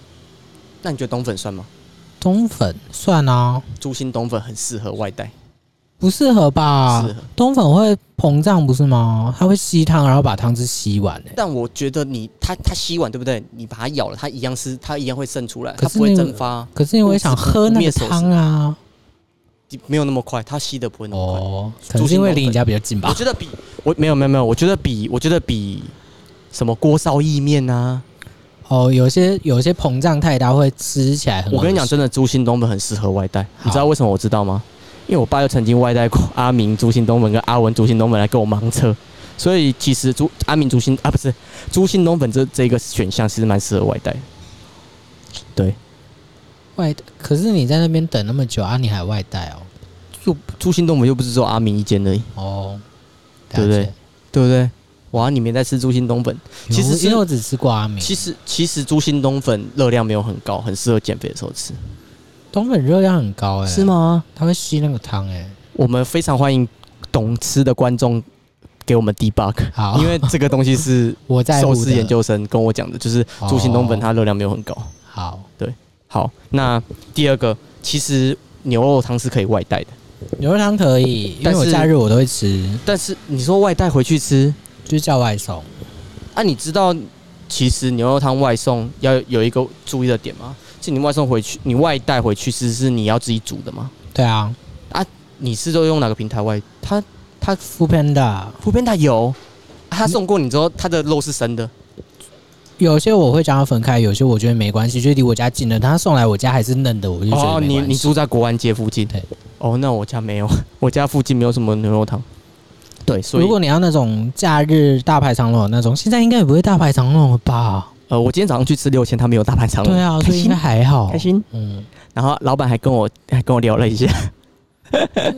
A: 那你觉得冬粉算吗？
B: 冬粉算啊，
A: 猪心冬粉很适合外带，
B: 不适合吧
A: 适合？
B: 冬粉会膨胀不是吗？它会吸汤，然后把汤汁吸完欸诶。
A: 但我觉得你它它吸完对不对？你把它咬了，它一样是它一样会渗出来，它
B: 可是
A: 不会
B: 那个
A: 蒸发啊，
B: 可是因为我想喝那个汤啊，
A: 没有那么快，它吸的不会那么快。
B: 哦，可能是因为离你家比较近
A: 我
B: 吧。
A: 觉得比我没有没有没有，我觉得比我觉得比什么锅烧意面啊，
B: 哦，有些有些膨胀太大会吃起来很。
A: 我跟你讲，，真的猪心东门很适合外带，你知道为什么我知道吗？因为我爸就曾经外带过阿明猪心东门跟阿文猪心东门来跟我盲测，所以其实猪阿明猪心啊不是猪心东粉这这个选项其实蛮适合外带的。
B: 外，可是你在那边等那么久啊，你还外带哦？
A: 就猪心东门又不是只有阿明一间而已，
B: 哦，
A: 对不
B: 了
A: 对
B: 解？
A: 对不对？哇，你没在吃猪心东粉，其实
B: 有
A: 是
B: 因为我只吃过阿明，
A: 其实其实猪心东粉热量没有很高，很适合减肥的时候吃，
B: 冬粉热量很高哎、
A: 是？吗？
B: 它会吸那个汤哎、
A: 我们非常欢迎懂吃的观众给我们 debug，
B: 好，
A: 因为这个东西是
B: 我哦 在乎
A: 寿
B: 的哦
A: 司研究生跟我讲的，就是猪心冬粉它热量没有很高。
B: 好，
A: 好，那第二个，其实牛肉汤是可以外带的，
B: 牛肉汤可以，因
A: 但
B: 为
A: 是
B: 我假日我都会吃，
A: 但是你说外带回去吃，
B: 就是叫外送。
A: 啊，你知道其实牛肉汤外送要有一个注意的点吗？是你外送回去，你外带回去吃是你要自己煮的吗？
B: 对啊，
A: 你是都用哪个平台外？他
B: 富 Panda
A: 普遍他有，啊他送过你之后，他的肉是生的，
B: 有些我会将它分开，有些我觉得没关系，就离我家近了，他送来我家还是嫩的，我就觉得
A: 哦，
B: 没
A: 你
B: 关
A: 你
B: 系。
A: 住在国安街附近？
B: 对。
A: 哦，那我家没有， 我家附近没有什么牛肉汤。对，所以
B: 如果你要那种假日大排长龙的那种，现在应该也不会大排长龙了吧？
A: 呃，我今天早上去吃六千，他没有大排长龙。
B: 对啊，
A: 开
B: 所以应
A: 心
B: 该还好
A: 开。心。
B: 嗯，
A: 然后老板还跟我还跟我聊了一 下，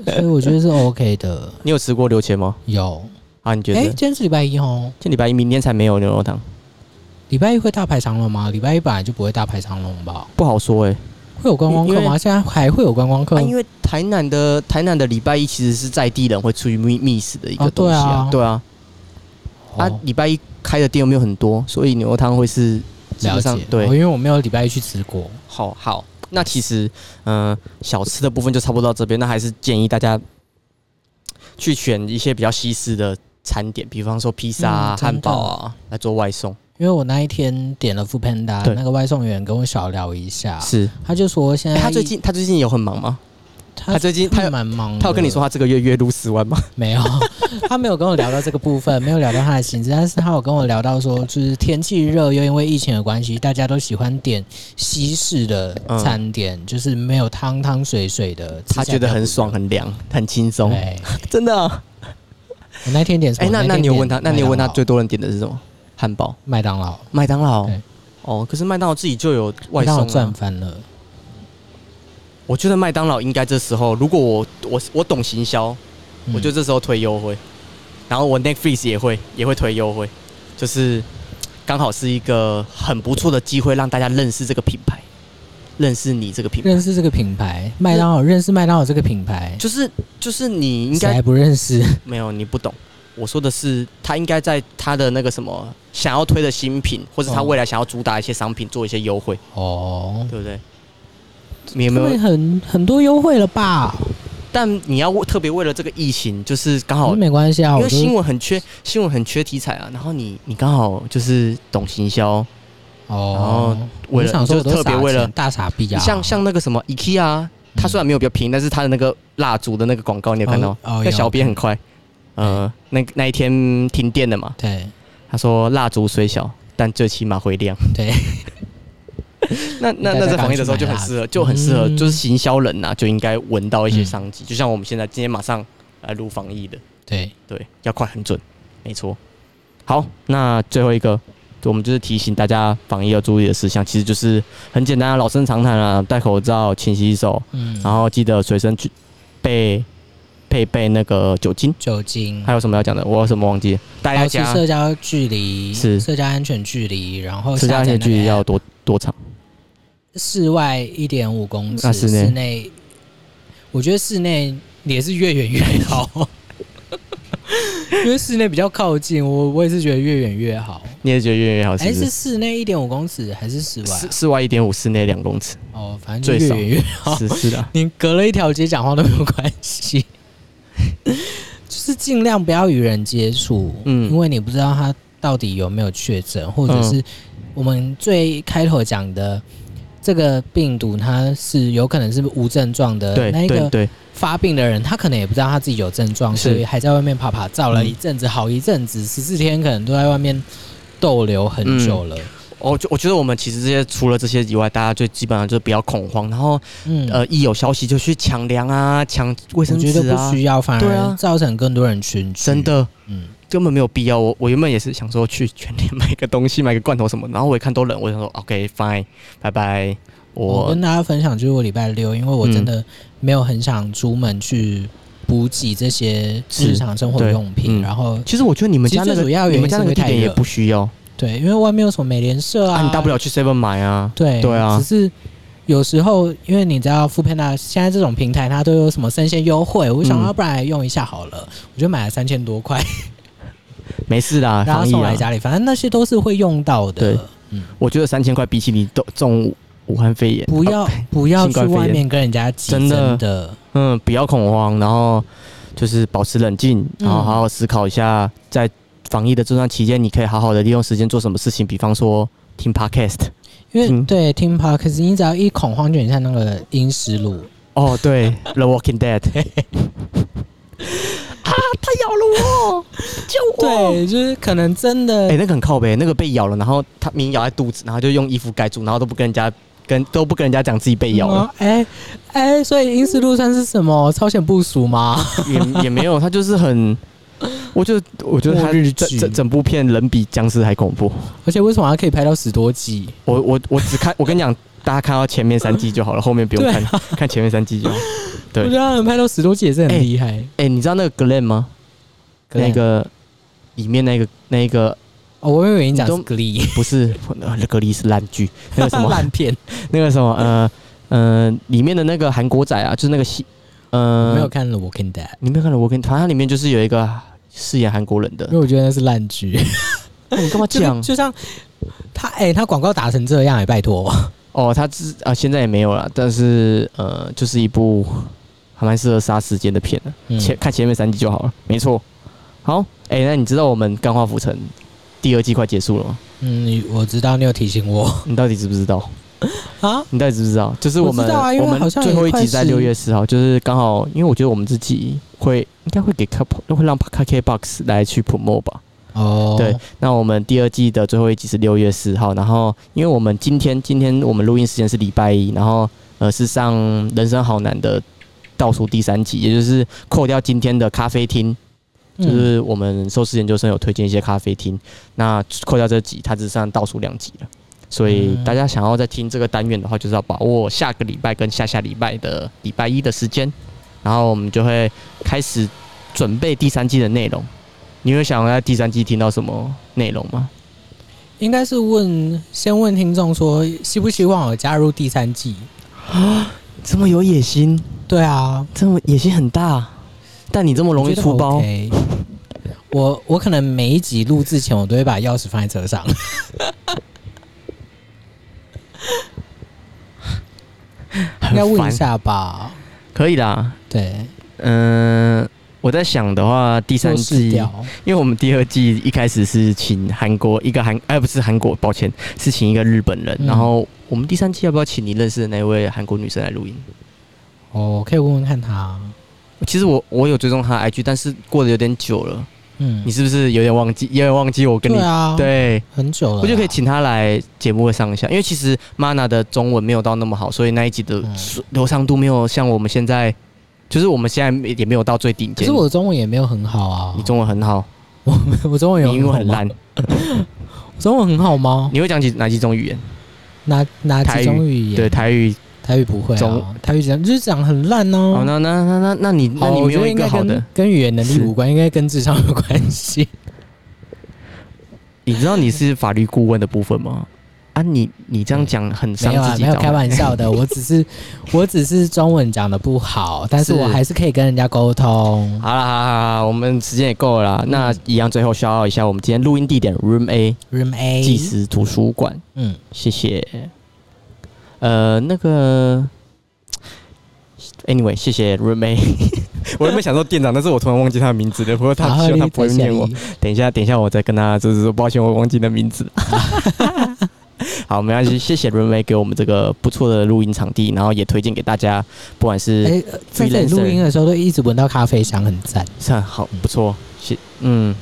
B: 所以我觉得是 OK 的。
A: 你有吃过六千吗？
B: 有，
A: 啊，你觉得？
B: 哎、今天是礼拜一哦，
A: 这礼拜一明天才没有牛肉汤，
B: 礼拜一会大排长龙吗？礼拜一本来就不会大排长龙吧？
A: 不好说哎、
B: 会有观光客
A: 因为
B: 吗？现在还会有观光客
A: 啊，？因为台南的台南的礼拜一其实是在地人会出去觅觅食的一个
B: 哦
A: 东西啊，
B: 对
A: 对啊，啊
B: 哦，
A: 礼、拜一开的店又没有很多，所以牛肉汤会是基
B: 了
A: 本上
B: 解。
A: 对
B: 哦，因为我没有礼拜一去吃过。
A: 好好。那其实，嗯、小吃的部分就差不多到这边。那还是建议大家去选一些比较西式的餐点，比方说披萨、啊、
B: 嗯真的
A: 汉、堡啊，来做外送。
B: 因为我那一天点了富 Panda，
A: 对
B: 那个外送员跟我小聊一下，
A: 是、
B: 他就说现在
A: 欸他最近他最近有很忙吗？他
B: 他
A: 最近他有
B: 蛮忙的，
A: 他有跟你说他这个月月入十万吗？
B: 没 有？他没有跟我聊到这个部分，没有聊到他的薪资，但是他有跟我聊到说，就是天气热，又因为疫情的关系，大家都喜欢点西式的餐点，就是没有汤汤水水的，
A: 嗯他觉得很爽、
B: 吃
A: 很凉、很轻
B: 起来比较不
A: 松
B: 错。，对，
A: 真的啊、
B: 我那天点什
A: 哎、
B: 么？
A: 那
B: 我
A: 那
B: 天
A: 你有
B: 点
A: 问他？那你有问他
B: 麦当劳
A: 最多人点的是什么？汉堡、
B: 麦当劳，
A: 麦当劳
B: 对。
A: 哦，可是麦当劳自己就有外
B: 麦当劳
A: 送、
B: 赚
A: 啊。
B: 翻了。
A: 我觉得麦当劳应该这时候，如果我我我懂行销，
B: 嗯
A: 我就这时候推优惠，然后我 Netflix 也会也会推优惠，就是刚好是一个很不错的机会，让大家认识这个品牌，认识你这个品牌。
B: 认识这个品牌，麦当劳认识麦当劳这个品牌，
A: 就是就是你 应
B: 谁
A: 该
B: 还不认识？
A: 没有你不懂，我说的是他应该在他的那个什么想要推的新品，或者他
B: 哦
A: 未来想要主打一些商品做一些优惠，
B: 哦，
A: 对不对？你有没
B: 他们
A: 有？
B: 很很多优惠了吧？
A: 但你要为特别为了这个疫情，就是刚好
B: 嗯没关系啊，
A: 因
B: 我
A: 为
B: 就
A: 新闻很缺，新闻很缺题材啊。然后你你刚好就是懂行销，
B: 哦，
A: 为
B: 我
A: 了
B: 想说
A: 就
B: 我都
A: 特别
B: 傻
A: 为了
B: 钱大傻逼啊，
A: 像像那个什么 IKEA，啊它虽然没有比较便宜，但是它的那个蜡烛的那个广告你有看到吗？
B: 嗯哦，
A: 那
B: 有
A: 小编很快，呃，那那一天停电了嘛，
B: 对
A: 他说蜡烛虽小，但最起码会亮。
B: 对，
A: 那那那在防疫的时候就很适合，就很适合，
B: 嗯
A: 就是行销人啊呐、就应该闻到一些商机。就像我们现在今天马上来录防疫的，
B: 对，
A: 对，要快很准，没错。好，那最后一个，我们就是提醒大家防疫要注意的事项，其实就是很简单啊，老生常谈啊，戴口罩、勤洗手，
B: 嗯，
A: 然后记得随身去备配备那个酒精。
B: 酒精
A: 还，有什么要讲的？我有什么忘记了？大家
B: 保持
A: 家
B: 社交距离，
A: 是
B: 社交安全距离，然后
A: 社交安全距离
B: 下载那个
A: 要多多长？
B: 室外一点五公尺，
A: 那室内
B: 室内，我觉得室内也是越远越 好。因为室内比较靠近，我我也是觉得越远越好。
A: 你也觉得越远越好？是
B: 哎、
A: 不
B: 是
A: 是？
B: 室内一点五公尺还是室外啊、
A: 室室外一点五，室内两公 尺。
B: 哦，反正就
A: 最
B: 越
A: 少
B: 远越好。
A: 是是的，
B: 你隔了一条街讲话都没有关 系，就是尽量不要与人接触，
A: 嗯
B: 因为你不知道他到底有没有确诊，或者
A: 嗯
B: 是我们最开头讲的这个病毒，它是有可能是无症状的，
A: 对
B: 呃那一
A: 对
B: 个
A: 对，
B: 发病的人，他可能也不知道他自己有症状，
A: 是
B: 所以还在外面爬爬照了
A: 嗯
B: 一阵子，好一阵子，十四天可能都在外面逗留很久了，
A: 我觉我觉得我们其实这些除了这些以外，大家最基本上就是不要恐慌，然后
B: 嗯。
A: 呃，一有消息就去抢粮啊，抢卫
B: 我
A: 生
B: 觉
A: 纸
B: 得
A: 啊
B: 不，需要，反
A: 对
B: 而
A: 啊
B: 造成更多人群聚。
A: 真，的
B: 嗯，
A: 根本没有必要。我我原本也是想说去全年买个东西，买个罐头什么，然后我一看都冷，我想说 OK fine，拜拜。
B: 我
A: 我
B: 哦跟大家分享，就是我礼拜六，因为我
A: 嗯
B: 真的没有很想出门去补给这些日常生活用
A: 是
B: 品，
A: 嗯
B: 然后
A: 其实我觉得你们家那
B: 其实
A: 个
B: 最主要原因
A: 你们家那个地点
B: 是因为
A: 也
B: 太热
A: 不需要，
B: 对，因为外面有什么美联社
A: 啊，
B: 啊，
A: 你大不了去 Seven 买啊。
B: 对
A: 对啊
B: 只是有时候因为你知道富 Panda 现在这种平台它都有什么生鲜优惠，我想啊
A: 嗯
B: 要不然来用一下好了，我就买了三千多块，
A: 没事啦，
B: 大家
A: 防疫啊
B: 送
A: 啦
B: 来。家里，反正那些都是会用到的。
A: 对我觉得三千块比起你都中武汉肺炎，
B: 不要、不要
A: 新
B: 去
A: 冠肺
B: 外
A: 炎
B: 面跟人家挤，
A: 真的
B: 真的
A: 嗯，不要恐慌，然后就是保持冷静，
B: 嗯
A: 然后好好思考一下，在防疫的这段期间，你可以好好的利用时间做什么事情，比方说听 podcast。
B: 因为
A: 听
B: 对听 podcast，你只要一恐慌，就很像那个阴湿路。
A: 哦，对，《The Walking Dead》啊，它咬了我，救我！
B: 对，就是可能真的、
A: 哎、那个很靠背，那个被咬了，然后它明明咬在肚子，然后就用衣服盖住，然后都不跟人家跟都不跟人家讲自己被咬了，
B: 嗯。哎、哎、所以阴湿路算是什么超前部署吗？
A: 也也没有，它就是很，我就我觉得它
B: 末日
A: 整
B: 剧
A: 整整部片人比僵尸还恐怖。
B: 而且为什么它可以拍到十多集？
A: 我我我只看，我跟你讲，大家看到前面三季就好了，后面不用
B: 对
A: 看，看前面三季就好。
B: 我
A: 对
B: 觉得它能拍到十多集也是很
A: 哎
B: 厉害。
A: 哎、你知道那个 Glen 吗？那
B: Glenn
A: 个里面那个那个
B: 哦，我以为你讲是
A: 你
B: Glee
A: 不是呃那个 Glee 是烂剧， 那个什么
B: 烂片，
A: 那个什么呃呃里面的那个韩国仔啊，就是那个戏呃
B: 没有看《The Walking Dead》，
A: 你没有看到我跟他里面就是有一个饰演韩国人的
B: 因，为我觉得那是烂 剧。
A: 那你干嘛
B: 就
A: 讲
B: 是？ 就像他哎、他广告打成这样哎、拜托。
A: 哦，他之啊、现在也没有了，但是呃就是一部还蛮适合杀时间的片的。
B: 嗯
A: 前看前面三集就好了。没错。好，哎、那你知道我们《钢化浮城》第二季快结束了吗？
B: 嗯，我知道你有提醒我
A: 你到底知不知道？
B: 啊。
A: 你到底知不知道？就是我们
B: 我知道啊因为
A: 们
B: 好像也
A: 最后一
B: 快
A: 集在
B: 是
A: 六月十号，就是刚好，因为我觉得我们自己会应该会给 K 会让 K K Box 来去 promo 吧。
B: 哦，
A: 对，那我们第二季的最后一集是六月四号，然后因为我们今天今天我们录音时间是礼拜一，然后呃是上《人生好难》的倒数第三集，也就是扣掉今天的咖啡厅，就
B: 嗯
A: 是我们寿司研究生有推荐一些咖啡厅，那扣掉这集，它只剩倒数两集了。所以
B: 嗯
A: 大家想要再听这个单元的话，就是要把握下个礼拜跟下下礼拜的礼拜一的时间，然后我们就会开始准备第三季的内容。你会想要在第三季听到什么内容吗？
B: 应该是问先问听众说希不希望我加入第三季？
A: 这么有野心，
B: 对啊，
A: 这么野心很大，但你这么容易出包
B: 我觉得 OK 我我可能每一集录之前，我都会把钥匙放在 车上。应该
A: 很
B: 问
A: 烦
B: 一，下吧。
A: 可以啦。
B: 对，
A: 嗯、我在想的话，第三
B: 做试
A: 季，
B: 掉。
A: 因为我们第二季一开始是请韩国一个韩，哎，不是韩国，抱歉，是请一个日本人。
B: 嗯
A: 然后我们第三季要不要请你认识的那位韩国女生来录音？
B: 哦，可以问问看他。
A: 嗯其实我我有追踪她的 IG，但是过得有点久了，
B: 嗯，
A: 你是不是有点忘记？有点忘记我跟你
B: 对啊，，
A: 对
B: 很久了啦，
A: 我就可以请他来节目会上一下，因为其实 Mana 的中文没有到那么好，所以那一集的
B: 嗯
A: 流畅度没有像我们现在，就是我们现在也没有到最顶
B: 可
A: 尖。
B: 是我中文也没有很好啊。
A: 你中文很好，
B: 我中文
A: 你
B: 有
A: 英文
B: 好
A: 很
B: 吗，
A: 烂，
B: 中文很好吗？
A: 你会讲几哪几种语言？
B: 哪哪
A: 台
B: 几
A: 语
B: 种语言？
A: 对，台语。
B: 台语不会啊
A: 中，
B: 台语讲就是讲很烂哦、
A: 好，那那那那那你那
B: 好
A: 你
B: 我
A: 没
B: 觉
A: 有
B: 得
A: 一
B: 应
A: 个
B: 该
A: 嗯好
B: 跟
A: 的，
B: 跟语言能力
A: 是
B: 无关，应该跟智商有关系。
A: 你知道你是法律顾问的部分吗？啊，你你这样讲很伤
B: 没有啊，
A: 自己，
B: 没有
A: 知道吗
B: 开玩 笑的，我只是我只是中文讲的不好，但是
A: 是
B: 我还是可以跟人家沟通。
A: 好啦好啦好啦，我们时间也够了啦。
B: 嗯
A: 那一样最后消耗一下我们今天录音地点 Room A
B: Room A，
A: 纪实图书馆。
B: 嗯，
A: 谢谢。呃，那个，anyway，谢谢 r o o m a 我原本想说店长，但是我突然忘记他的名字了。不过他
B: 然后
A: 希望
B: 你
A: 他不会
B: 在
A: 念我
B: 这。里
A: 等一下，等一下，我再跟他就是说，抱歉，我忘记你的名字 了。好，没关系，谢谢 r o o m a 给我们这个不错的录音场地，然后也推荐给大家，不管是、
B: 哎、在这里录音的时候都一直闻到咖啡香，很赞。
A: 是啊好不错，谢嗯，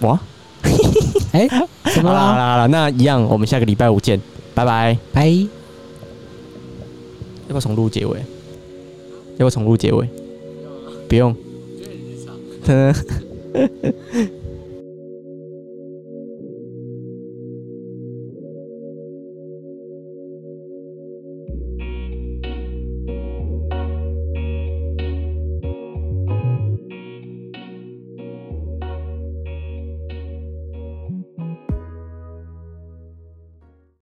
A: 哇，
B: 哎、怎么
A: 好啦好
B: 啦？
A: 啦好啦，那一样，我们下个礼拜五见，拜拜。
B: 拜。
A: 要不要重录结尾？要 不要重录结尾？不用。